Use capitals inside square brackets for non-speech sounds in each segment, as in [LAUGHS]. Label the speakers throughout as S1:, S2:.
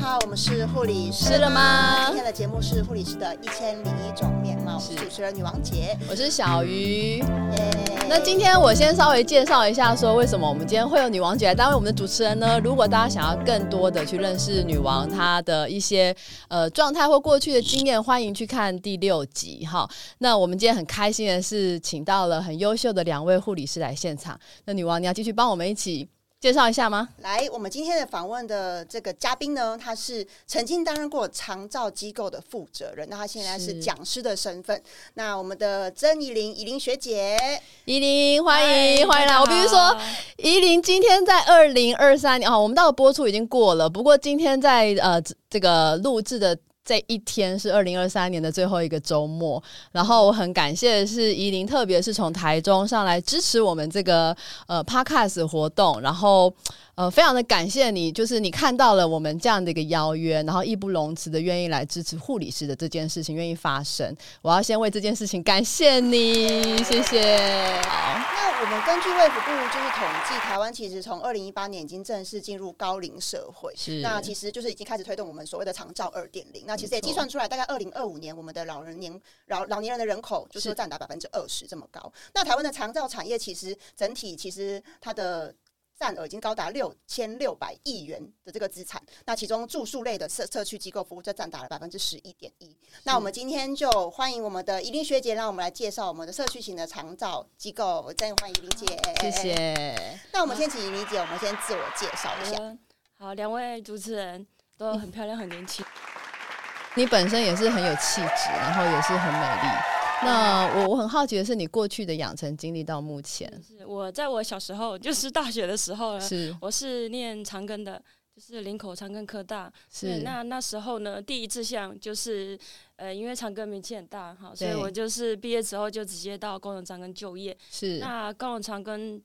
S1: 好，我们是护理
S2: 吃了吗
S1: 今天的节目是护理师的一千零一种面貌，我是
S2: 是
S1: 主持人女王杰。
S2: 我是小鱼。
S1: 耶
S2: 那今天我先稍微介绍一下，说为什么我们今天会有女王姐来担任我们的主持人呢？如果大家想要更多的去认识女王她的一些呃状态或过去的经验，欢迎去看第六集哈。那我们今天很开心的是，请到了很优秀的两位护理师来现场。那女王，你要继续帮我们一起介绍一下吗？
S1: 来，我们今天的访问的这个嘉宾呢，他是曾经担任过长照机构的负责人，那他现在是
S2: 是
S1: 讲师的身份。那我们的曾怡玲，怡玲学姐，
S2: 依琳，欢迎欢迎来！我必须说，
S3: 大家好
S2: 依林今天在二零二三年哦，我们到了播出已经过了，不过今天在呃这这个录制的。这一天是二零二三年的最后一个周末，然后我很感谢的是依林，特别是从台中上来支持我们这个呃 podcast 活动，然后呃非常的感谢你，就是你看到了我们这样的一个邀约，然后义不容辞的愿意来支持护理师的这件事情，愿意发声，我要先为这件事情感谢你，谢谢。
S1: 那我们根据卫福部就是统计，台湾其实从二零一八年已经正式进入高龄社会，
S2: 是
S1: 那其实就是已经开始推动我们所谓的长照二点零。那其实也计算出来，大概二零二五年我们的老人年老老年人的人口就是
S2: 是
S1: 占达百分之二十这么高。那台湾的长照产业其实整体其实它的。占额已经高达六千六百亿元的这个资产，那其中住宿类的社社区机构服务就占达了百分之十一点一。那我们今天就欢迎我们的依琳学姐，让我们来介绍我们的社区型的长照机构。我再欢迎依琳姐，
S2: 谢。谢。
S1: 那我们先请依琳姐，我们先自我介绍一下。
S3: 嗯好，两位主持人都很漂亮，很年轻。
S2: 你本身也是很有气质，然后也是很美丽。那我我很好奇的是，你过去的养成经历到目前
S3: 是我在我小时候，就是大学的时候呢，
S2: 是
S3: 我是念长庚的，就是林口长庚科大。对，
S2: 是
S3: 那那时候呢，第一志向就是，呃，因为长庚名气很大哈，所以
S2: 对
S3: 我就是毕业之后就直接到工农长庚就业。
S2: 是
S3: 那高雄长庚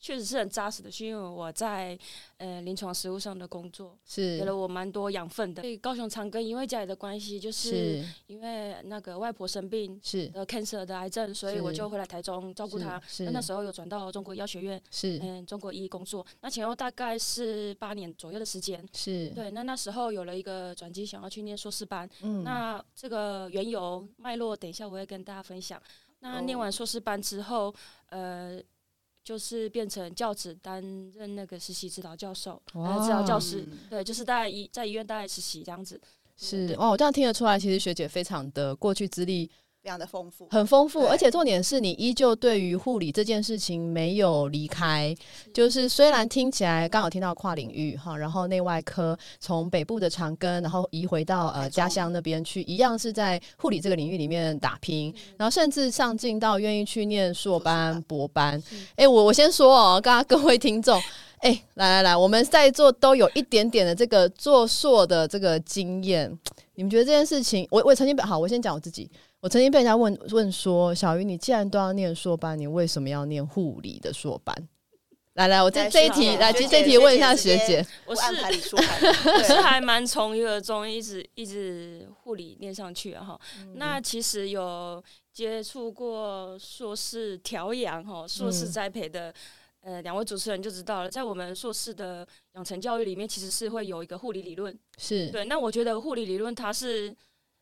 S3: 确实是很扎实的，是因为我在呃临床实务上的工作，给了
S2: 是
S3: 我蛮多养分的。所以高雄长庚因为家里的关系，就是
S2: 是
S3: 因为那个外婆生病
S2: 是
S3: 得呃 cancer 的癌症，所以
S2: 是
S3: 我就回来台中照顾她。
S2: 是
S3: 那那时候有转到中国医药学院，
S2: 是
S3: 嗯，中国医工作。那前后大概是八年左右的时间。
S2: 是
S3: 对，那那时候有了一个转机，想要去念硕士班。
S2: 嗯
S3: 那这个缘由脉络，等一下我会跟大家分享。那念
S1: 哦
S3: 完硕士班之后，呃，就是变成教职，担任那个实习指导教授，呃，指导教师，
S1: 嗯
S3: 对，就是在医在医院大概实习这样子。
S2: 是哦，我这样听得出来，其实学姐非常的过去资历
S1: 非常的丰富。
S2: 很丰富，
S1: 对
S2: 而且重点是你依旧对于护理这件事情没有离开，就是虽然听起来刚好听到跨领域哈，然后内外科从北部的长庚，然后移回到
S1: 台
S2: 呃
S1: 中
S2: 家乡那边去，一样是在护理这个领域里面打拼，然后甚至上进到愿意去念硕
S1: 硕士
S2: 班、博班
S3: 是。
S2: 哎、我我先说哦，刚刚各位听众。哎、来来来，我们在座都有一点点的这个做硕的这个经验，你们觉得这件事情，我我曾经被好，我先讲我自己，我曾经被人家问问说，小鱼，你既然都要念硕班，你为什么要念护理的硕班？来来，我这
S1: 来
S2: 这一
S3: 学
S2: 题，
S3: 姐
S2: 来，
S1: 学
S2: 其实
S1: 姐
S2: 这题问一下
S1: 学姐
S2: 学姐，
S3: 我
S1: 不
S3: 是
S1: 按牌理出牌，对
S3: 是
S2: [LAUGHS]
S3: 还蛮从一而终，一直一直护理念上去啊哈、那其实有接触过硕士调养哈，硕士
S2: 嗯
S3: 栽培的。呃，两位主持人就知道了，在我们硕士的养成教育里面，其实是会有一个护理理论。
S2: 是
S3: 对，那我觉得护理理论它是，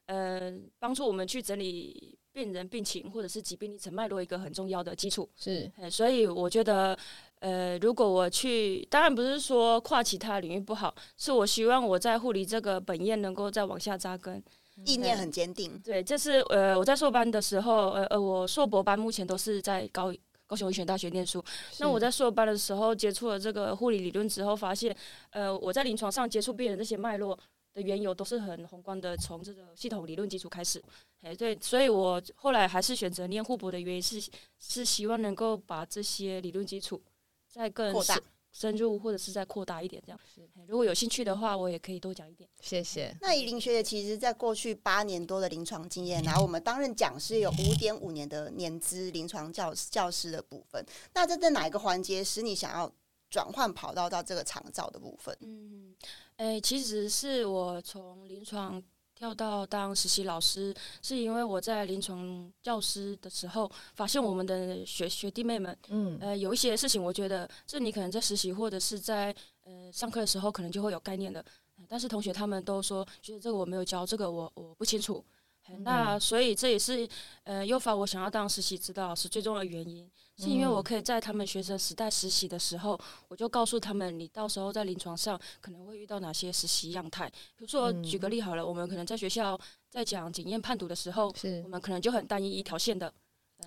S3: 呃，帮助我们去整理病人病情或者是疾病历程脉络一个很重要的基础。
S2: 是
S3: 呃所以我觉得，呃，如果我去，当然不是说跨其他领域不好，是我希望我在护理这个本业能够再往下扎根。
S1: 意念很坚定。
S3: 对，这是呃我在硕班的时候，呃呃，我硕博班目前都是在高高雄医学大学念书。那我在硕班的时候接触了这个护理理论之后，发现，呃，我在临床上接触病人这些脉络。的缘由都是很宏观的，从这个系统理论基础开始，哎，对，所以我后来还是选择念护博的原因是，是希望能够把这些理论基础再更
S1: 扩大
S3: 深深入，或者是再扩大一点，这样。哎如果有兴趣的话，我也可以多讲一点。
S2: 谢谢，
S1: 那以林学姐其实，在过去八年多的临床经验，然后我们担任讲师有五点五年的年资临床教教师的部分。那这在哪一个环节使你想要转换跑道到这个长照的部分？
S3: 嗯，诶、其实是我从临床跳到当实习老师，是因为我在临床教师的时候，发现我们的学学弟妹们，
S2: 嗯
S3: 呃，有一些事情，我觉得这你可能在实习或者是在呃上课的时候，可能就会有概念的。呃但是同学他们都说，其实这个我没有教，这个我我不清楚。嘿那所以这也是呃，优法我想要当实习指导老师最重要的原因，是因为我可以在他们学生时代实习的时候，我就告诉他们，你到时候在临床上可能会遇到哪些实习样态。比如说，举个例好了，我们可能在学校在讲检验判读的时候，
S2: 是
S3: 我们可能就很单一一条线的，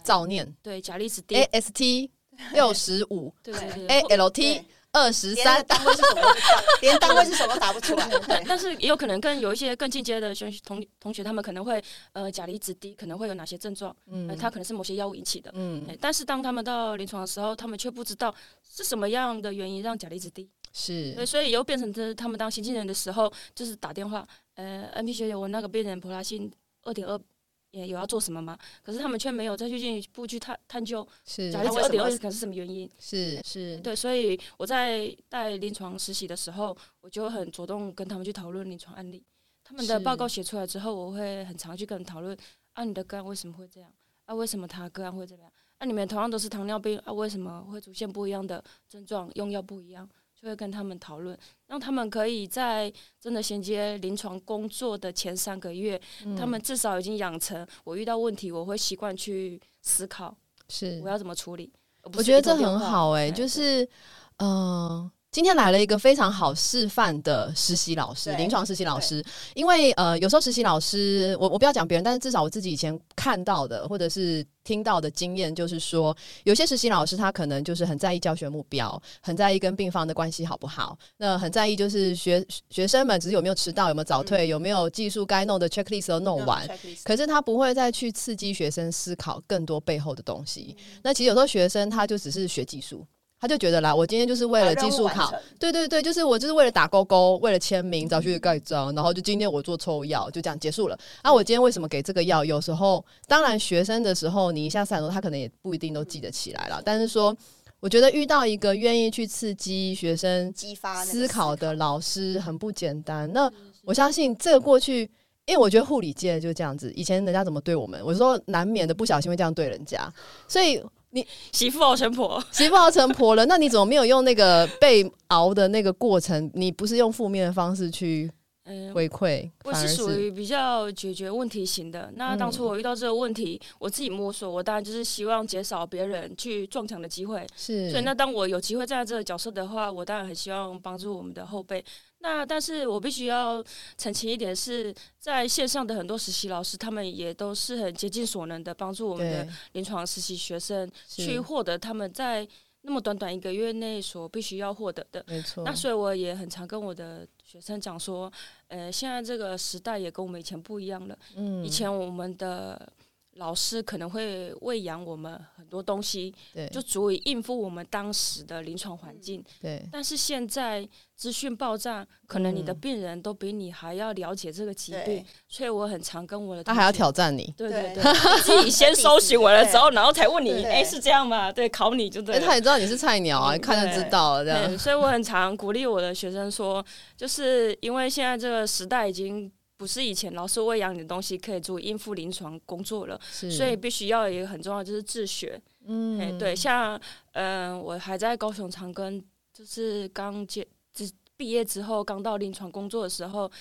S2: 造念
S3: 对，钾离子低， [LAUGHS]
S2: AST 六十五
S3: 对对对。或
S2: ALT
S1: 对
S2: 二十
S1: 连那个
S2: 三，
S1: 单位是什么都不知道，连单位是什么都答不出
S2: [LAUGHS]
S1: 来。对
S3: 但是也有可能更有一些更进阶的学同同学，他们可能会呃钾离子低，可能会有哪些症状？
S2: 嗯
S3: 呃，它可能是某些药物引起的。
S2: 嗯
S3: 哎但是当他们到临床的时候，他们却不知道是什么样的原因让钾离子低，对，
S2: 是
S3: 所以又变成这是他们当新进人的时候，就是打电话，呃，NP 学姐，我那个病人普拉性二点二。也有要做什么吗？可是他们却没有再去进一步去探探究
S2: 是
S3: 钾离子
S1: 为
S3: 二
S1: 什
S3: 点
S1: 么
S3: 二可能是什么原因。
S2: 是是，
S3: 对，所以我在带临床实习的时候，我就很主动跟他们去讨论临床案例。他们的报
S2: 是
S3: 告写出来之后，我会很常去跟人讨论：啊，你的个案为什么会这样？啊，为什么他个案会这样？啊，你们同样都是糖尿病，啊，为什么会出现不一样的症状？用药不一样，就会跟他们讨论，让他们可以在真的衔接临床工作的前三个月，
S2: 嗯
S3: 他们至少已经养成我遇到问题，我会习惯去思考
S2: 是
S3: 我要怎么处理。而哦不
S2: 我
S3: 是
S2: 觉得
S3: 一
S2: 这
S3: 通电
S2: 很
S3: 话
S2: 好哎、
S3: 哎
S2: 就
S3: 对
S2: 是嗯、呃今天来了一个非常好示范的实习老师，
S1: 对
S2: 临床实习老师。因为呃，有时候实习老师，我我不要讲别人，但是至少我自己以前看到的或者是听到的经验，就是说，有些实习老师他可能就是很在意教学目标，很在意跟病房的关系好不好，那很在意就是学学生们只是有没有迟到，有没有早
S3: 嗯
S2: 退，有没有技术该弄的 checklist 都弄完。
S1: Checklist
S2: 可是他不会再去刺激学生思考更多背后的东西。
S1: 嗯
S2: 那其实有时候学生他就只是学技术，他就觉得啦，我今天就是为了技
S1: 把任
S2: 术
S1: 务
S2: 考
S1: 完成，
S2: 对对对，就是我就是为了打勾勾，为了签名找去盖章，然后就今天我做抽药，就这样结束了。啊，
S1: 嗯
S2: 我今天为什么给这个药？有时候当然学生的时候，你一下散落，他可能也不一定都记得起来了，但是说。我觉得遇到一个愿意去刺激学生
S1: 激发那个
S2: 思考的老
S3: 嗯
S2: 师很不简单。那我相信这个过去，因为我觉得护理界就这样子，以前人家怎么对我们，我说难免的不小心会这样对人家，所以
S3: 媳妇熬成婆。
S2: 媳妇熬成婆了，那你怎么没有用那个被熬的那个过程？你不是用负面的方式去
S3: 嗯，
S2: 回馈，
S3: 我
S2: 反而
S3: 是属
S2: 是嗯
S3: 于比较解决问题型的。那当初我遇到这个问题，我自己摸索，我当然就是希望减少别人去撞墙的机会。
S2: 是
S3: 所以，那当我有机会站在这个角色的话，我当然很希望帮助我们的后辈。那但是我必须要澄清一点是，在线上的很多实习老师，他们也都是很竭尽所能的帮助我们的
S2: 对
S3: 临床实习学生
S2: 是
S3: 去获得他们在那么短短一个月内所必须要获得的。
S2: 没错，
S3: 那所以我也很常跟我的学生讲说，呃，现在这个时代也跟我们以前不一样了。
S2: 嗯
S3: 以前我们的老师可能会喂养我们很多东西，
S2: 对嗯
S3: 就足以应付我们当时的临床环境。
S2: 对
S3: 但是现在资讯爆炸，可能你的
S2: 嗯
S3: 病人都比你还要了解这个疾病
S1: 对，
S3: 所以我很常跟我的
S2: 他还要
S3: 同学。
S2: 挑战你。
S3: 对对
S1: 对
S3: 对，自己先搜寻完了之后，然后才问你
S1: 对，对
S3: 哎，是这样吗？对，考你就对
S2: 哎，
S3: 了。
S2: 他也知道你是菜鸟啊，
S3: 嗯
S2: 看就知道了这样。
S3: 对，所以我很常鼓励我的学生说，就是因为现在这个时代已经不是以前老师喂养你的东西可以足以应付临床工作了，
S2: 是，
S3: 所以必须要有一个很重要的就是自学。哎、
S2: 嗯
S3: 对，像嗯、呃我还在高雄长庚，就是刚接之毕业之后，刚到临床工作的时候，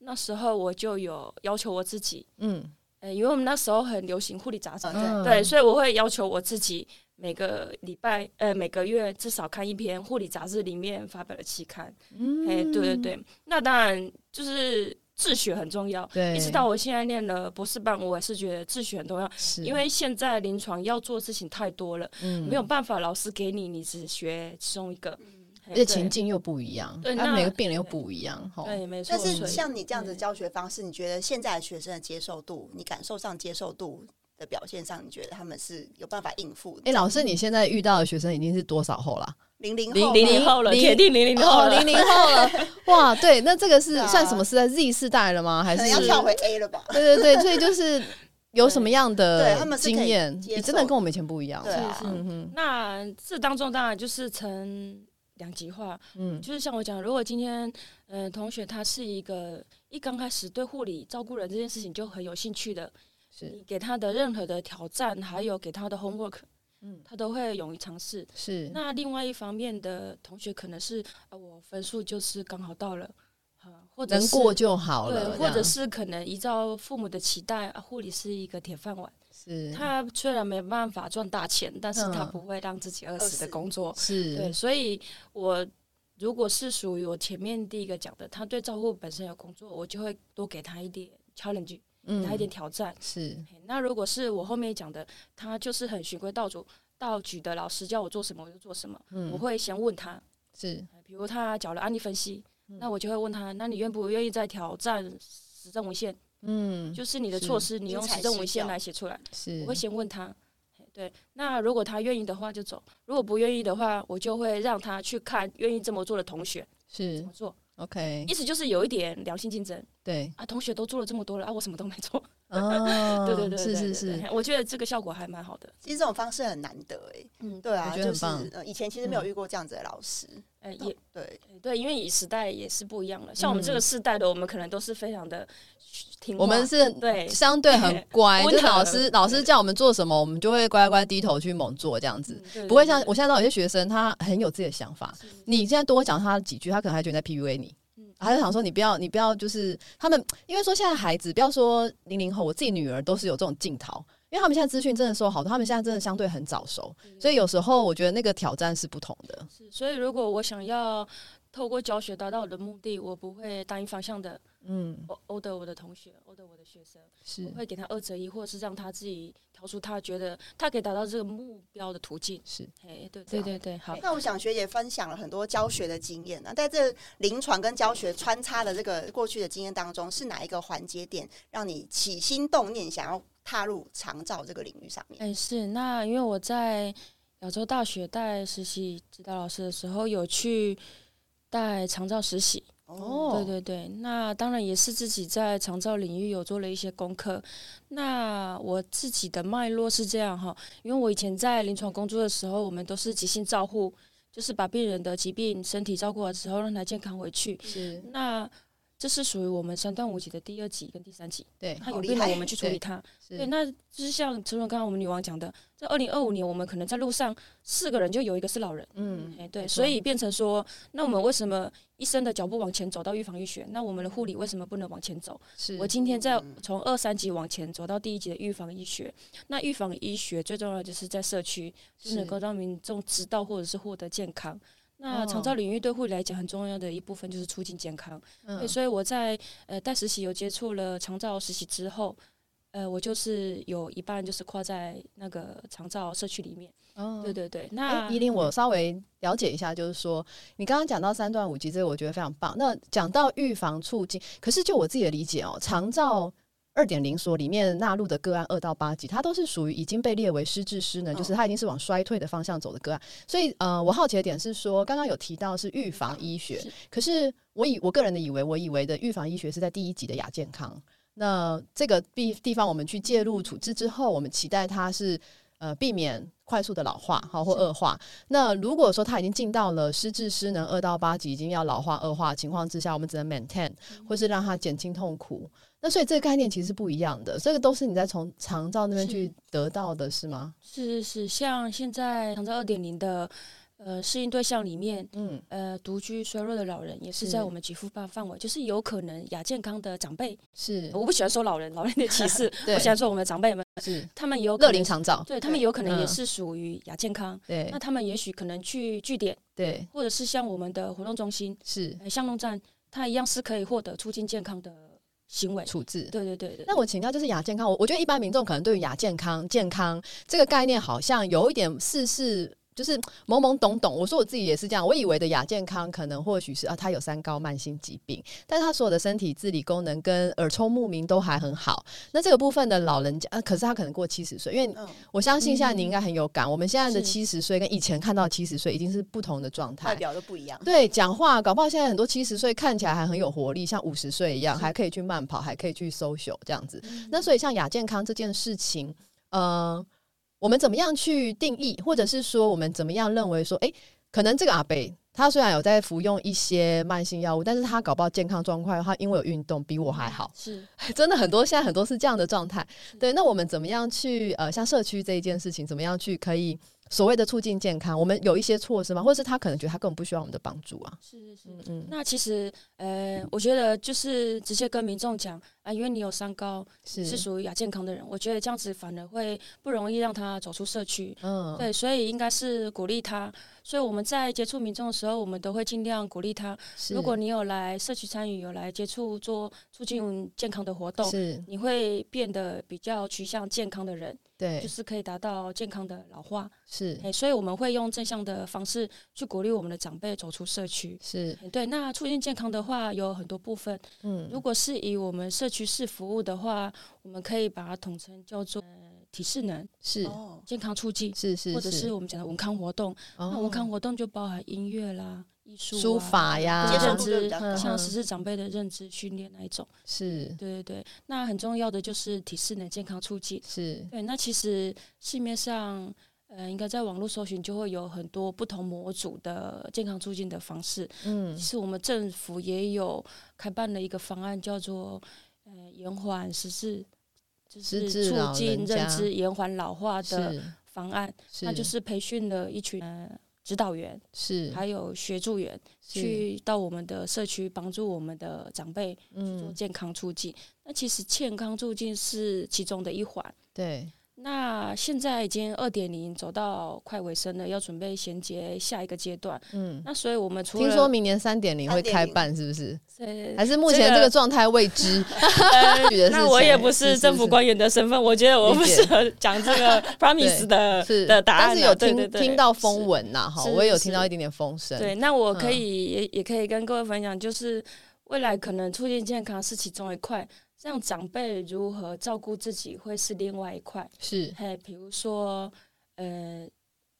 S3: 那时候我就有要求我自己，
S2: 嗯
S3: 呃，因为我们那时候很流行护理杂志，
S1: 嗯
S3: 对，所以我会要求我自己每个礼拜呃每个月至少看一篇护理杂志里面发表的期刊。
S2: 嗯
S3: 哎、对对对，那当然就是自学很重要。
S2: 对，
S3: 一直到我现在念了博士班，我也是觉得自学很重要，
S2: 是
S3: 因为现在临床要做的事情太多了，
S2: 嗯
S3: 没有办法老师给你，你只学其中一个。哎
S2: 而且
S3: 对
S2: 情境又哦不一样，
S3: 对
S2: 他
S3: 那
S2: 每个病人又不一样，吼
S3: 对，没错。
S1: 但是
S3: 所以
S1: 像你这
S2: 嗯
S1: 样子教学方式，你觉得现在的学生的接受度，你感受上接受度的表现上，你觉得他们是有办法应付的？
S2: 哎、老师，你现在遇到的学生已经是多少后啦？
S1: 零零
S3: 零
S1: 后
S3: 零
S1: 吗
S3: 零后了，
S2: 零哦
S3: 铁定零零后了。
S2: 零零后了，
S3: [LAUGHS]
S2: 哇，对，那这个是
S1: 对啊
S2: 算什么时代？Z 世代了吗？还
S1: 可能
S2: 是
S1: 要跳回 A 了吧？
S2: 对对对，所以就是有什么样
S1: 对
S2: 的
S1: 对他们是可以
S2: 经验，
S1: 接受
S2: 你真的跟我们以前不一样，
S1: 对啊
S3: 是是
S2: 嗯哼，
S3: 那这当中当然就是成两极化，
S2: 嗯，
S3: 就是像我讲，如果今天嗯、呃同学他是一个一刚开始对护理照顾人这件事情就很有兴趣的，
S2: 是
S3: 你给他的任何的挑战，还有给他的 homework，
S2: 嗯
S3: 他都会勇于尝试。
S2: 是，
S3: 呃那另外一方面的同学可能是啊，我分数就是刚好到了，呃，或者
S2: 能
S3: 是
S2: 过就好
S3: 对，
S2: 了，
S3: 或
S2: 这
S3: 者
S2: 样
S3: 是可能依照父母的期待，啊护理是一个铁饭碗。
S2: 是
S3: 他虽然没办法赚大钱，但是他
S2: 嗯
S3: 不会让自己饿死
S1: 饿死
S3: 的工作。对，
S2: 是
S3: 所以我如果是属于我前面第一个讲的，他对照顾本身有工作，我就会多给他一点 challenge，给
S2: 嗯
S3: 他一点挑战。
S2: 是
S3: 嘿那如果是我后面讲的，他就是很循规蹈矩，道举的老师叫我做什么我就做什么，我
S2: 嗯
S3: 会先问他，
S2: 是
S3: 呃比如他讲了案例分析，
S2: 嗯
S3: 那我就会问他，那你愿不愿意再挑战实证文献？
S2: 嗯
S3: 就是你的
S2: 是
S3: 措施，你
S1: 因
S3: 用
S1: 材
S3: 实证
S1: 施
S3: 文献
S1: 教
S3: 来写出来。
S2: 是
S3: 我会先问他，嘿对，那如果他愿意的话就走，如果不愿意的话，我就会让他去看愿意这么做的同
S2: 嗯
S3: 学怎
S2: 是
S3: 么做，
S2: OK
S3: 意思就是有一点良性竞争 [LAUGHS]
S2: 对
S3: 啊，同学都做了这么多了啊，我什么都没做，
S2: 哦
S3: 对对对，
S2: 是
S3: 对
S2: 是
S3: 对
S2: 是
S3: 对我觉得这个效果还蛮好的，
S1: 其实这种方式很难得哎、
S3: 嗯，
S1: 对啊，
S2: 我觉得
S1: 就
S2: 很
S1: 是
S2: 棒嗯
S1: 呃，以前其实没有遇过这样子的老师，
S3: 呃也
S2: 哦
S1: 对，
S3: 对，因为以时代也是不一样了，像我们这个世代的，我们可能都是非常的听话，
S2: 嗯我们是
S3: 对
S2: 相对很乖，
S3: [LAUGHS] 温
S2: 就是
S3: 和
S2: 老师老师叫我们做什么，我们就会乖乖低头去猛做这样子
S3: 嗯，对
S2: 不会
S3: 对
S2: 像
S3: 对
S2: 我现在到有些学生，他很有自己的想法，你现在多讲他几句，他可能还觉得你在 PUA 你。
S3: 嗯
S2: 还是想说你不要，你不要，就是他们，因为说现在孩子，不要说零零后，我自己女儿都是有这种镜头，因为他们现在资讯真的说好多，他们现在真的相对很早熟，
S3: 嗯
S2: 所以有时候我觉得那个挑战是不同的。
S3: 是所以如果我想要透过教学达到我的目的，我不会单一方向的
S2: 嗯，
S3: 殴殴打我的同学，殴打我的学生。
S2: 是
S3: 我会给他二择一，或者是让他自己挑出他觉得他可以达到这个目标的途径。
S2: 是，
S3: 哎，对
S1: 对
S3: 对对对，好，
S1: 那我想学姐分享了很多教学的经验啊，在这临床跟教学穿插的这个过去的经验当中，是哪一个环节点让你起心动念想要踏入长照这个领域上面？
S3: 哎是那因为我在亚洲大学带实习指导老师的时候，有去带长照实习，
S2: 哦
S3: 对对对，那当然也是自己在长照领域有做了一些功课。那我自己的脉络是这样哈，因为我以前在临床工作的时候，我们都是急性照护，就是把病人的疾病、身体照顾好之后，让他健康回去。
S2: 是，
S3: 那这是属于我们三段五级的第二级跟第三级，
S2: 对，
S3: 它
S1: 好
S3: 有
S1: 厉
S3: 病了
S1: 害
S3: 我们去处理它。对，
S2: 是，
S3: 那就是像陈总刚刚我们女王讲的，在二零二五年我们可能在路上四个人就有一个是老人，
S2: 嗯，
S3: 哎，对，
S2: 没错嗯
S3: 所以变成说，那我们为什么医生的脚步往前走到预防医学，那我们的护理为什么不能往前走？
S2: 是，
S3: 我今天在
S1: 嗯
S3: 从二三级往前走到第一级的预防医学，那预防医学最重要的就是在社区，就是
S2: 是
S3: 能够让民众知道或者是获得健康。那
S2: 哦
S3: 长照领域对护理来讲很重要的一部分就是促进健康，对，
S2: 嗯
S3: 所以我在呃带实习有接触了长照实习之后，呃，我就是有一半就是跨在那个长照社区里面，
S2: 哦
S3: 对对对。
S2: 哎
S3: 那，
S2: 依琳，我稍微了解一下，就是说，你刚刚讲到三段五级这个，我觉得非常棒。那讲到预防促进，可是就我自己的理解哦，长照二点零所里面纳入的个案二到八级，它都是属于已经被列为失智失能，
S1: 嗯
S2: 就是它已经是往衰退的方向走的个案。所以，呃，我好奇的点是说，刚刚有提到是预防医学
S3: 是，
S2: 可是我以我个人的以为，我以为的预防医学是在第一级的亚健康。那这个地地方我们去介入处置之后，我们期待它是呃避免快速的老化好或恶化。那如果说它已经进到了失智失能二到八级，已经要老化恶化的情况之下，我们只能 maintain 或是让它减轻痛苦。那所以这个概念其实是不一样的，这个都是你在从长照那边去得到的是吗？
S3: 是是是，像现在长照二点零的呃适应对象里面，
S2: 嗯，
S3: 呃，独居衰弱的老人也是在
S2: 是
S3: 我们给付范范围，就是有可能亚健康的长辈，
S2: 是
S3: 我不喜欢说老人，老人的歧视
S2: [LAUGHS] ，对
S3: 我喜欢说我们的长辈们，
S2: 是
S3: 他们有可
S2: 乐
S3: 能
S2: 龄，长照，
S3: 对他们有可能也
S2: 嗯
S3: 是属于亚健康，
S2: 对
S3: 那他们也许可能去据点，
S2: 对
S3: 或者是像我们的活动中心、
S2: 是
S3: 呃巷弄站，它一样是可以获得促进健康的行为。
S2: 处置。
S3: 对对对对，
S2: 那我请教，就是亚健康，我我觉得一般民众可能对于亚健康、健康这个概念，好像有一点似是。就是懵懵懂懂，我说我自己也是这样，我以为的亚健康可能或许是啊，他有三高慢性疾病，但是他所有的身体自理功能跟耳聪目明都还很好。那这个部分的老人家，啊、可是他可能过七十岁，因为
S1: 嗯，
S2: 我相信现在你应该很有感，我们现在的
S3: 是
S2: 七十岁跟以前看到七十岁已经是不同的状态
S1: 外，表都不一样，
S2: 对，讲话搞不好现在很多七十岁看起来还很有活力，像五十岁一样，还可以去慢跑，还可以去 social 这样子。嗯那所以像亚健康这件事情，呃，我们怎么样去定义，或者是说我们怎么样认为说，诶，可能这个阿贝他虽然有在服用一些慢性药物，但是他搞不好健康状况，他因为有运动比我还
S3: 嗯
S2: 好， [LAUGHS]
S3: 是
S2: 真的很多现在很多是这样的状态。对，那我们怎么样去呃，像社区这一件事情，怎么样去可以所谓的促进健康，我们有一些措施吗？或者是他可能觉得他根本不需要我们的帮助啊？
S3: 是是是。
S2: 嗯嗯，
S3: 那其实，呃，我觉得就是直接跟民众讲啊，因为你有三高，
S2: 是
S3: 是属于亚健康的人，我觉得这样子反而会不容易让他走出社区。
S2: 嗯，
S3: 对，所以应该是鼓励他。所以我们在接触民众的时候，我们都会尽量鼓励他。
S2: 是，
S3: 如果你有来社区参与，有来接触做促进健康的活动，
S2: 是
S3: 你会变得比较趋向健康的人，就
S2: 对
S3: 是可以达到健康的老化。
S2: 是
S3: 哎、所以我们会用正向的方式去鼓励我们的长辈走出社区。
S2: 是
S3: 诶对，那促进健康的话有很多部分。如
S2: 嗯
S3: 果是以我们社区式服务的话，我们可以把它统称叫做、呃、体适能、
S2: 是
S1: 哦，
S3: 健康促进，
S2: 是是，
S3: 或者是我们讲的文康活动。那
S2: 哦
S3: 文康活动就包含音乐啦、艺术、
S2: 书、法呀
S1: 接，受
S3: 认
S1: 度就比
S3: 知
S1: 较
S2: 嗯
S1: 高。
S3: 像实施长辈的认知训练那一种。
S2: 是
S3: 对对对，那很重要的就是体适能健康促进。
S2: 是
S3: 对，那其实市面上，呃，应该在网络搜寻就会有很多不同模组的健康促进的方式。
S2: 嗯
S3: 其实我们政府也有开办了一个方案，叫做呃延缓实质，就
S2: 失
S3: 是
S2: 智老
S3: 促进
S2: 人家
S3: 认知延缓老化的
S2: 是
S3: 方案。
S2: 是，
S3: 那就是培训了一群呃指导员，
S2: 是
S3: 还有学助员，
S2: 是
S3: 去到我们的社区帮助我们的长辈去做
S2: 嗯
S3: 健康促进。那其实健康促进是其中的一环。
S2: 对
S3: 那现在已经二点零走到快尾声了，要准备衔接下一个阶段。
S2: 嗯。
S3: 那所以我们除了
S2: 听说明年三点零会开
S1: 3.0
S2: 办，是不是？
S3: 呃
S2: 还是目前这
S3: 这
S2: 个
S3: 个
S2: 状态未
S3: [LAUGHS]
S2: 知？ [LAUGHS]
S3: 呃
S2: 举的是
S3: 那我也
S2: 谁
S3: 不
S2: 是
S3: 是
S2: 是
S3: 政府
S2: 是
S3: 官员的身份，我觉得我不
S2: 理解
S3: 适合讲这
S2: [LAUGHS]
S3: 个 promise 的
S2: 是
S3: 的答案啊。
S2: 但是有
S3: 对
S2: 听
S3: 对对
S2: 听到风闻呐，哈，
S3: 是
S2: 我也有
S3: 是
S2: 听到一点点风声。
S3: 对，那我可
S2: 嗯
S3: 以、也也可以跟各位分享，就是未来可能促进健康是其中一块，让长辈如何照顾自己会是另外一块。
S2: 是
S3: 嘿，比如说，呃，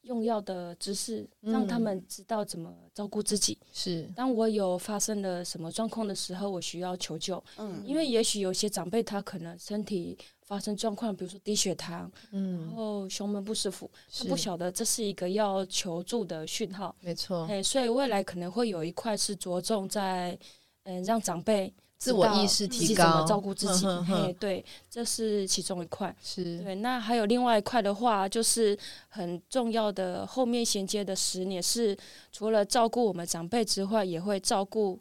S3: 用药的知识，让他
S2: 嗯
S3: 们知道怎么照顾自己。
S2: 是
S3: 当我有发生了什么状况的时候，我需要求救，
S1: 嗯，
S3: 因为也许有些长辈他可能身体发生状况，比如说低血糖，然
S2: 嗯，
S3: 后胸闷不舒服，他
S2: 是
S3: 不晓得这是一个要求助的讯号，
S2: 没错，
S3: 哎，所以未来可能会有一块是着重在，嗯，让长辈
S2: 自我
S3: 知道
S2: 意识
S3: 自
S2: 提
S3: 己怎么
S2: 高
S3: 照顾自己，
S2: 哼哼哼
S3: 嘿，对，这是其中一块。
S2: [LAUGHS] 是
S3: 对，那还有另外一块的话，就是很重要的后面衔接的十年是，除了照顾我们长辈之外，也会照顾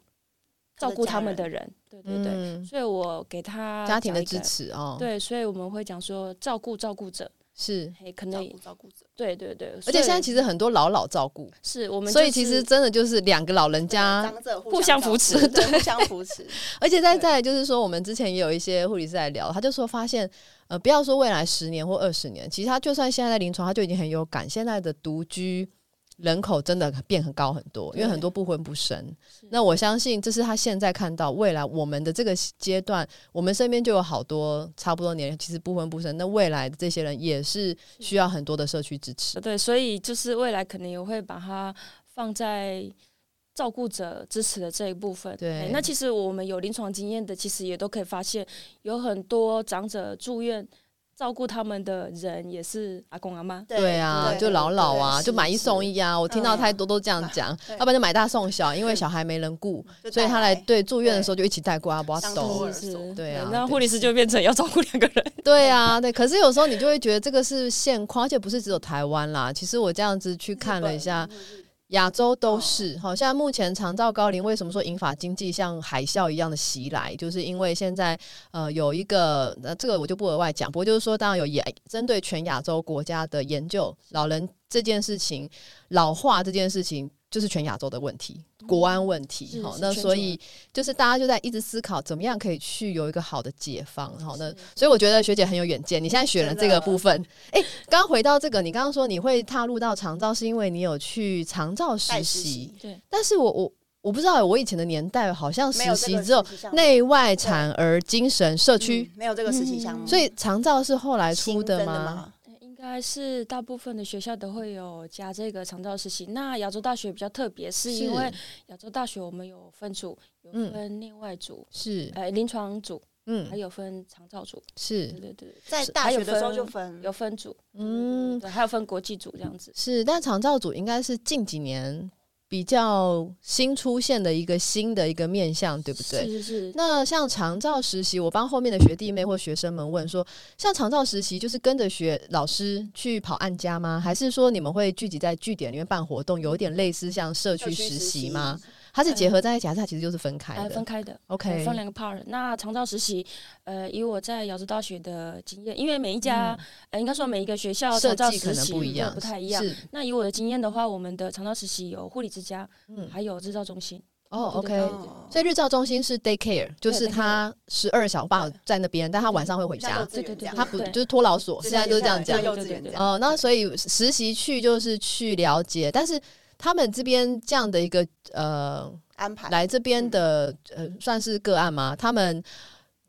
S1: 他
S3: 照
S1: 的
S3: 顾他
S1: 家
S3: 们
S1: 人
S3: 的人。对对对，
S2: 嗯
S3: 所以我给他
S2: 家庭的
S3: 讲一
S2: 支
S3: 个。
S2: 持哦，，
S3: 对，所以我们会讲说照顾照顾者，
S2: 是。
S3: 嘿，可
S1: 照
S3: 能
S1: 顾照顾者，
S3: 对对对，
S2: 而且现在其
S3: 实
S2: 实很多老老照顾，
S3: 是我们、
S2: 所以其实真的就是两个老人家，
S1: 长者
S3: 互相
S1: 照
S3: 扶
S1: 顾
S3: 持
S1: 对，互相扶
S2: [LAUGHS]
S1: 持。
S2: 而且再
S3: 对
S2: 再来就是说，我们之前也有一些护理师来聊，他就说发现，呃，不要说未来十年或二十年，其实他就算现在在临床，他就已经很有感，现在的独居人口真的变很高很多，因为
S3: 对
S2: 很多不婚不生，
S3: 是
S2: 那我相信，这是他现在看到未来我们的这个阶段，我们身边就有好多差不多年龄，其实不婚不生。那未来的这些人也是需要很多的社区支持。
S3: 对，所以就是未来可能也会把它放在照顾者支持的这一部分。
S2: 对
S3: 哎那其实我们有临床经验的，其实也都可以发现，有很多长者住院照顾他们的人也是阿公阿妈。
S2: 对啊，
S1: 对
S2: 就老老啊，
S3: 对
S2: 就买一送一啊。我听到
S1: 嗯
S2: 太多都这
S1: [LAUGHS]
S2: 样讲，
S1: 对
S2: 要不然就买大送小，因为小孩没人顾，
S1: 就
S2: 所以他
S1: 带
S2: 来对住院的时候就一起带过阿啊巴
S1: 相
S2: 走
S1: 互。
S3: 是是是，
S2: 对啊
S3: 那
S2: 对
S3: 护理师就变成要照顾两个人，
S2: 对啊，对。可是有时候你就会觉得这个是现况，而且不是只有台湾啦。其实我这样子去看了一下，
S1: 嗯
S2: 亚洲都
S3: 哦
S2: 是，好、像目前长照高龄为什么说银发经济像海啸一样的袭来，就是因为现在呃有一个呃这个我就不额外讲，不过就是说当然有也针对全亚洲国家的研究，老人这件事情，老化这件事情就是全亚洲的问题，国安问题，
S3: 嗯是
S2: 好、
S3: 是
S2: 那
S3: 全
S2: 所
S3: 球
S2: 以就是大家就在一直思考怎么样可以去有一个好的解放，好、那
S3: 是
S2: 所以我觉得学姐很有远见，你现在学了这个部分。哎，刚回到这个，你刚刚说你会踏入到长照，是因为你有去长照实
S1: 带
S2: 习，
S1: 实习
S3: 对，
S2: 但是我我我不知道，我以前的年代好像
S1: 没
S2: 实
S1: 有这
S2: 习
S1: 个
S2: 只有
S1: 实习项目
S2: 内外产儿精神社区，
S1: 嗯没有这个实习项
S3: 嗯
S1: 目，
S2: 所以长照是后来出
S1: 新增的
S2: 吗？？
S3: 应该是大部分的学校都会有加这个长照实习。那亚洲大学比较特别，是因为亚洲大学我们有分组，有
S2: 嗯
S3: 分内外组、
S2: 是
S3: 呃临床组，还
S2: 嗯
S3: 有分长照组，对
S2: 是
S3: 对对，
S1: 在
S3: 是
S1: 大
S3: 还有
S1: 学的时候
S3: 分
S1: 就分
S3: 有分组，
S2: 嗯
S3: 对，还有分国际组这样子。
S2: 是，但长照组应该是近几年比较新出现的一个新的一个面向，对不对？
S3: 是是是，
S2: 那像长照实习，我帮后面的学弟妹或学生们问说，像长照实习就是跟着学老师去跑案家吗？还是说你们会聚集在据点里面办活动，有一点类似像社区实习吗？？它是结合在一起，还是它其实就是分开的
S3: 哎，呃分开的。
S2: ？OK，
S3: 分两个 part。那长照实习，呃，以我在瑶州大学的经验，因为每一家，呃，应该说每一个学校
S2: 嗯设
S3: 长照
S2: 计可
S3: 实
S2: 能
S3: 习
S2: 不一样，
S3: 不太一样。
S2: 是
S3: 那以我的经验的话，我们的长照实习有护理之家，
S2: 嗯
S3: 还有日照中心。
S2: 哦
S3: 对对
S2: ，OK
S3: 对。
S1: 嗯
S2: 所以日照中心是 daycare，就是他十二小爸在那边，但他晚上会回家，
S1: 对对
S3: 对对
S1: 对，
S2: 他不就是托老所，
S1: 对
S2: 现在就是这样讲
S1: 像。幼稚园这样
S2: 哦，那所以实习去就是去了解，但是他们这边这样的一个呃，
S1: 安
S3: 啊
S1: 排
S2: 来这边的
S3: 嗯
S2: 呃，算是个案吗？他们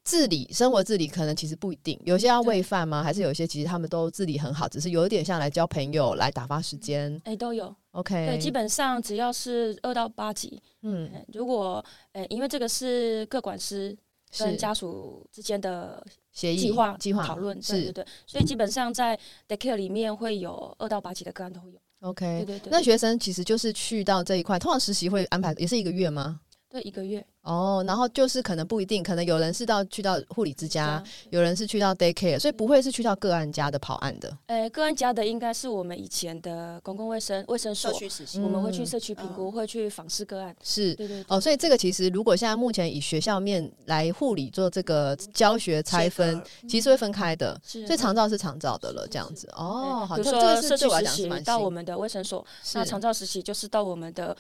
S2: 自理生活自理可能其实不一定，有些要喂饭吗？还是有一些其实他们都自理很好，只是有一点像来交朋友、来打发时间。
S3: 哎，都有。
S2: OK，
S3: 对，基本上只要是二到八级，
S2: 嗯
S3: 呃如果，呃，因为这个是各管师跟
S2: 是
S3: 家属之间的
S2: 协议
S3: 计划
S2: 计划
S3: 讨论，对对
S2: 是
S3: 对，所以基本上在 daycare 里面会有二到八级的个案都会有。对
S2: OK。
S3: 对对，
S2: 哎那学生其实就是去到这一块，通常实习会安排也是一个月吗？
S3: 对一个月
S2: 哦，然后就是可能不一定，可能有人是到去到护理之
S3: 这
S2: 家
S3: 样，
S2: 有人是去到 daycare，所以不会是去到个案家的跑案的。
S3: 呃，个案家的应该是我们以前的公共卫生卫生所
S1: 社，区实习
S3: 我们会去
S2: 嗯
S3: 社区评估，会去访视个案。
S2: 是
S3: 对对对，
S2: 哦，所以这个其实如果现在目前以学校面来护理做这个教学拆分，其实会分开的。
S3: 是
S2: 所以长照是长照的了，
S3: 是
S2: 这样子
S3: 嗯对
S2: 哦，好，
S3: 比
S2: 这
S3: 如
S2: 这个
S3: 说
S2: 是
S3: 社
S2: 对
S3: 区
S2: 我来
S3: 实
S2: 讲是
S3: 习
S2: 蛮
S3: 到
S2: 新
S3: 我们的卫生所，那长
S2: 是，
S3: 照实习就是到我们的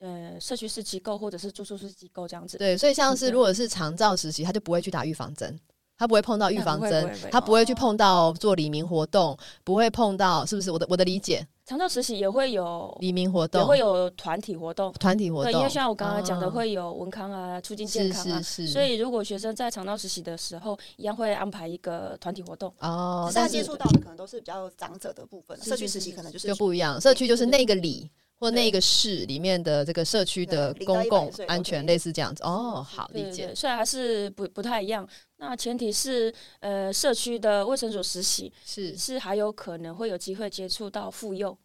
S3: 呃社区式机构或者是住宿式机构这样子。
S2: 对，所以像是
S3: 对
S2: 如果是长照实习，他就不会去打预防针，他不会碰到预
S3: 啊
S2: 防
S3: 不会
S2: 针
S3: 不会不，会
S2: 他不会去碰到做黎明活动，不会碰到是不是？我的我的理解，
S3: 长照实习也会有
S2: 黎明活
S3: 也
S2: 动
S3: 会有团体活动，
S2: 团体活
S3: 对，
S2: 动，
S3: 因为像我刚刚讲的
S2: 啊
S3: 会有文康啊，促进健
S2: 是
S3: 康啊
S2: 是。是，
S3: 所以，如果学生在长照实习的时候，一样会安排一个团体活动。
S2: 哦
S1: 只，是他
S2: 但
S1: 接
S2: 是
S1: 触到的可能都是比较长者的部分，
S3: 是是
S1: 社区
S3: 是
S1: 实习
S3: 是
S1: 可能就是
S2: 就不一样，社区就是
S3: 对对
S2: 那个里或那个市里面的这个社区的
S1: 对零
S2: 公
S1: 到
S2: 共
S1: 100岁
S2: 安全，
S1: OK
S2: 类似这样子。哦，好，
S3: 对
S2: 理
S3: 对
S2: 解
S3: 对，。虽然还是不不太一样。那前提是，呃，社区的卫生所实习
S2: 是
S3: 是还有可能会有机会接触到妇幼。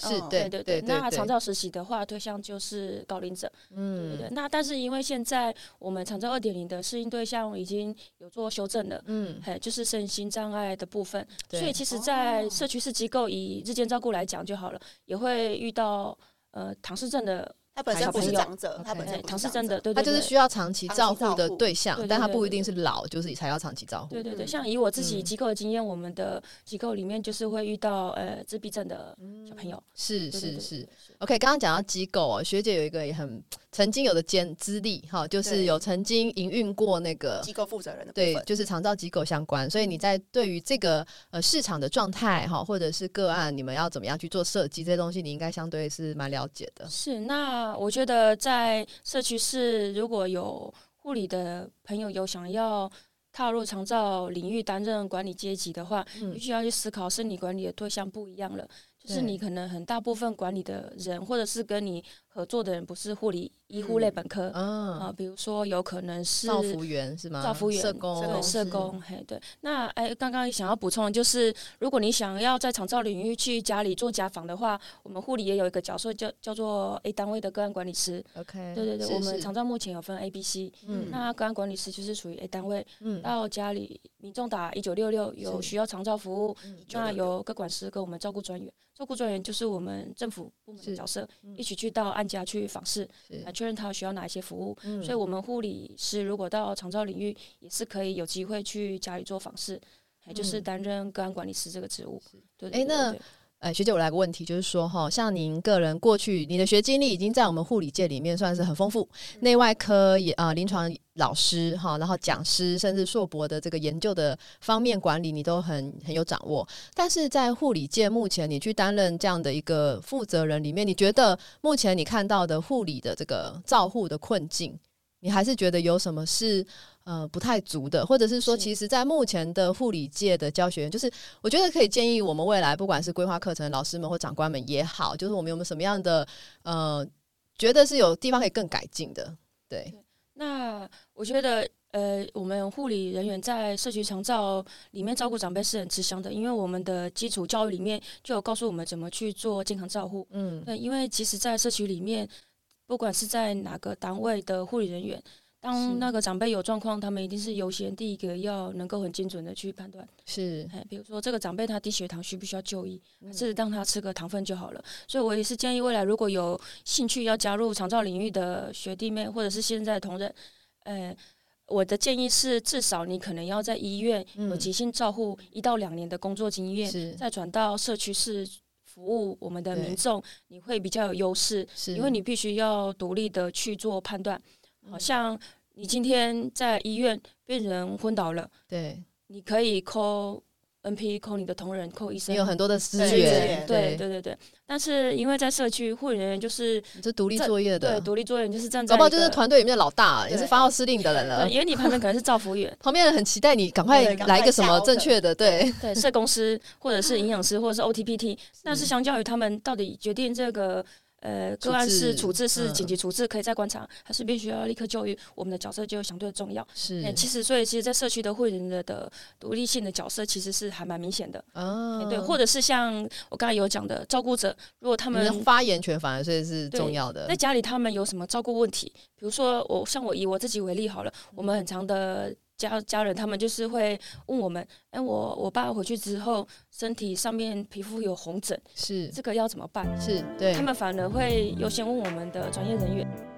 S2: 是，
S1: 嗯
S2: 对
S3: 对
S2: 对
S3: 那长
S2: 对，
S3: 照实习的话，对象就是高龄者。对对
S2: 嗯
S3: 对。那但是因为现在我们长照二点零的适应对象已经有做修正了。
S2: 嗯，
S3: 哎，就是身心障碍的部分，所以
S2: 对
S3: 其实，在
S1: 哦
S3: 社区式机构以日间照顾来讲就好了，也会遇到呃唐氏症的，
S1: 他本身不是
S3: 小朋友
S1: 长者，他本身
S3: 哎，
S1: 不
S3: 唐氏
S1: 是
S3: 症的，
S1: 者，
S3: 对
S2: 他
S3: 对
S2: 就是
S3: 对，
S2: 需要长期
S1: 长期
S2: 照顾
S1: 照
S2: 的
S1: 顾
S2: 对象
S3: 对，对
S2: 但他
S3: 对
S2: 不一
S3: 对
S2: 定是老，就是才要长期照顾。
S3: 对对对，
S1: 嗯
S3: 像以我自己
S2: 嗯
S3: 机构的经验，我们的机构里面就是会遇到呃自闭症的小朋友，
S2: 是
S3: 对对
S2: 是
S3: 对
S2: 是
S3: 对。
S2: OK，刚刚讲到机构哦，学姐有一个也很曾经有的兼资历哈，就是
S1: 对
S2: 有曾经营运过那个
S1: 机构负责人的部
S2: 对，
S1: 分，
S2: 就是长照机构相关，所以你
S3: 嗯
S2: 在对于这个呃市场的状态哈，或者是个案，你们要怎么样去做设计这些东西，你应该相对是蛮了解的。
S3: 是，那我觉得在社区是如果有护理的朋友有想要踏入长照领域担任管理阶级的话，
S2: 嗯
S3: 必须要去思考是你管理的对象不一样了，就是
S2: 对
S3: 你可能很大部分管理的人，或者是跟你合作的人不是护理医护类
S1: 嗯
S3: 本科啊、
S2: 嗯，
S3: 比如说有可能是
S2: 造福员是吗？
S3: 造福员
S2: 嗯社工、
S3: 对社工，嘿，对。那哎，刚刚想要补充的就是，如果你想要在长照领域去家里做家访的话，我们护理也有一个角色叫叫做 A 单位的个案管理师。
S2: OK，
S3: 对对对，
S2: 嗯是
S3: 我们
S2: 是
S3: 长照目前有分 A、B、C，
S2: 嗯
S3: 那个案管理师就是属于 A 单位，
S2: 嗯
S3: 到家里民众打一九六六有
S2: 是
S3: 需要长照服务，那
S1: 1966
S3: 由各管师跟我们照顾专员，照顾专员就是我们政府部门
S2: 是
S3: 的角色
S2: 嗯，
S3: 一起去到案家去访视，
S2: 是
S3: 来确认他需要哪一些服务。
S2: 嗯
S3: 所以，我们护理师如果到长照领域，也是可以有机会去家里做访视，哎就是
S2: 嗯
S3: 担任个案管理师这个职务。对，
S2: 哎
S3: 对对
S2: 那
S3: 对
S2: 哎，学姐，我来个问题，就是说哈，像您个人过去你的学经历已经在我们护理界里面算是很丰富，
S3: 嗯
S2: 内外科也啊、呃临床老师哈，然后讲师，甚至硕博的这个研究的方面管理，你都很很有掌握。但是在护理界，目前你去担任这样的一个负责人里面，你觉得目前你看到的护理的这个照护的困境，你还是觉得有什么是呃不太足的，或者是说，
S3: 是
S2: 其实，在目前的护理界的教学员，就是我觉得可以建议我们未来不管是规划课程，老师们或长官们也好，就是我们有没有什么样的呃，觉得是有地方可以更改进的，对，
S3: 那我觉得呃，我们护理人员在社区长照里面照顾长辈是很吃香的，因为我们的基础教育里面就有告诉我们怎么去做健康照护。
S2: 嗯，
S3: 对，因为其实，在社区里面，不管是在哪个单位的护理人员，
S2: 是
S3: 当那个长辈有状况，他们一定是优先第一个要能够很精准的去判断。
S2: 是
S3: 哎，比如说这个长辈他低血糖需不需要就医，
S2: 嗯
S3: 还是让他吃个糖分就好了。所以我也是建议未来如果有兴趣要加入长照领域的学弟妹，或者是现在的同仁，呃，我的建议是至少你可能要在医院有
S2: 嗯
S3: 急性照护一到两年的工作经验，
S2: 是
S3: 再转到社区是服务我们的
S2: 对
S3: 民众，你会比较有优势，
S2: 是，嗯
S3: 因为你必须要独立的去做判断。好像你今天在医院病人昏倒了。
S2: 对
S3: 你可以扣 NP，扣你的同仁，扣医生，
S2: 你有很多的资
S1: 对
S2: 源，
S3: 对对对对。但是因为在社区护理人员就是
S2: 你是独立作业
S3: 对
S2: 的，
S3: 独立作业人，就是站在
S2: 搞不好就
S3: 一
S2: 是
S3: 个
S2: 团队里面的老大，也是
S3: 对
S2: 发号施令的人了、
S3: 对，。因为你旁边可能是照服员
S2: 旁边人很期待你赶快
S1: 对赶
S2: 来
S1: 快
S2: 一个什
S1: 下
S2: 么
S1: order
S2: 正确的，对，
S3: 对社工师或者是营养师或者是 OTPT，但
S2: 嗯
S3: 是相较于他们到底决定这个。呃，
S2: 处
S3: 个案
S2: 置
S3: 是处置是
S2: 嗯
S3: 紧急处置，可以再观察，还是必须要立刻就医？我们的角色就相对重要。
S2: [LAUGHS] 是
S3: 哎，其实所以其实，在社区的护理人的的独立性的角色其实是还蛮明显的。
S2: 啊
S3: 哎对，或者是像我刚才有讲的照顾者，如果他
S2: 你
S3: 们
S2: 们的发言权反而所以是
S3: 对
S2: 重要的
S3: 在，家里他们有什么照顾问题？比如说我像我以我自己为例好了，我们很常的家家人他们就是会问我们，哎，我我爸回去之后身体上面皮肤有红疹，
S2: 是
S3: 这个要怎么办？
S2: 是，对
S3: 他，们反而会优先问我们的专业人员。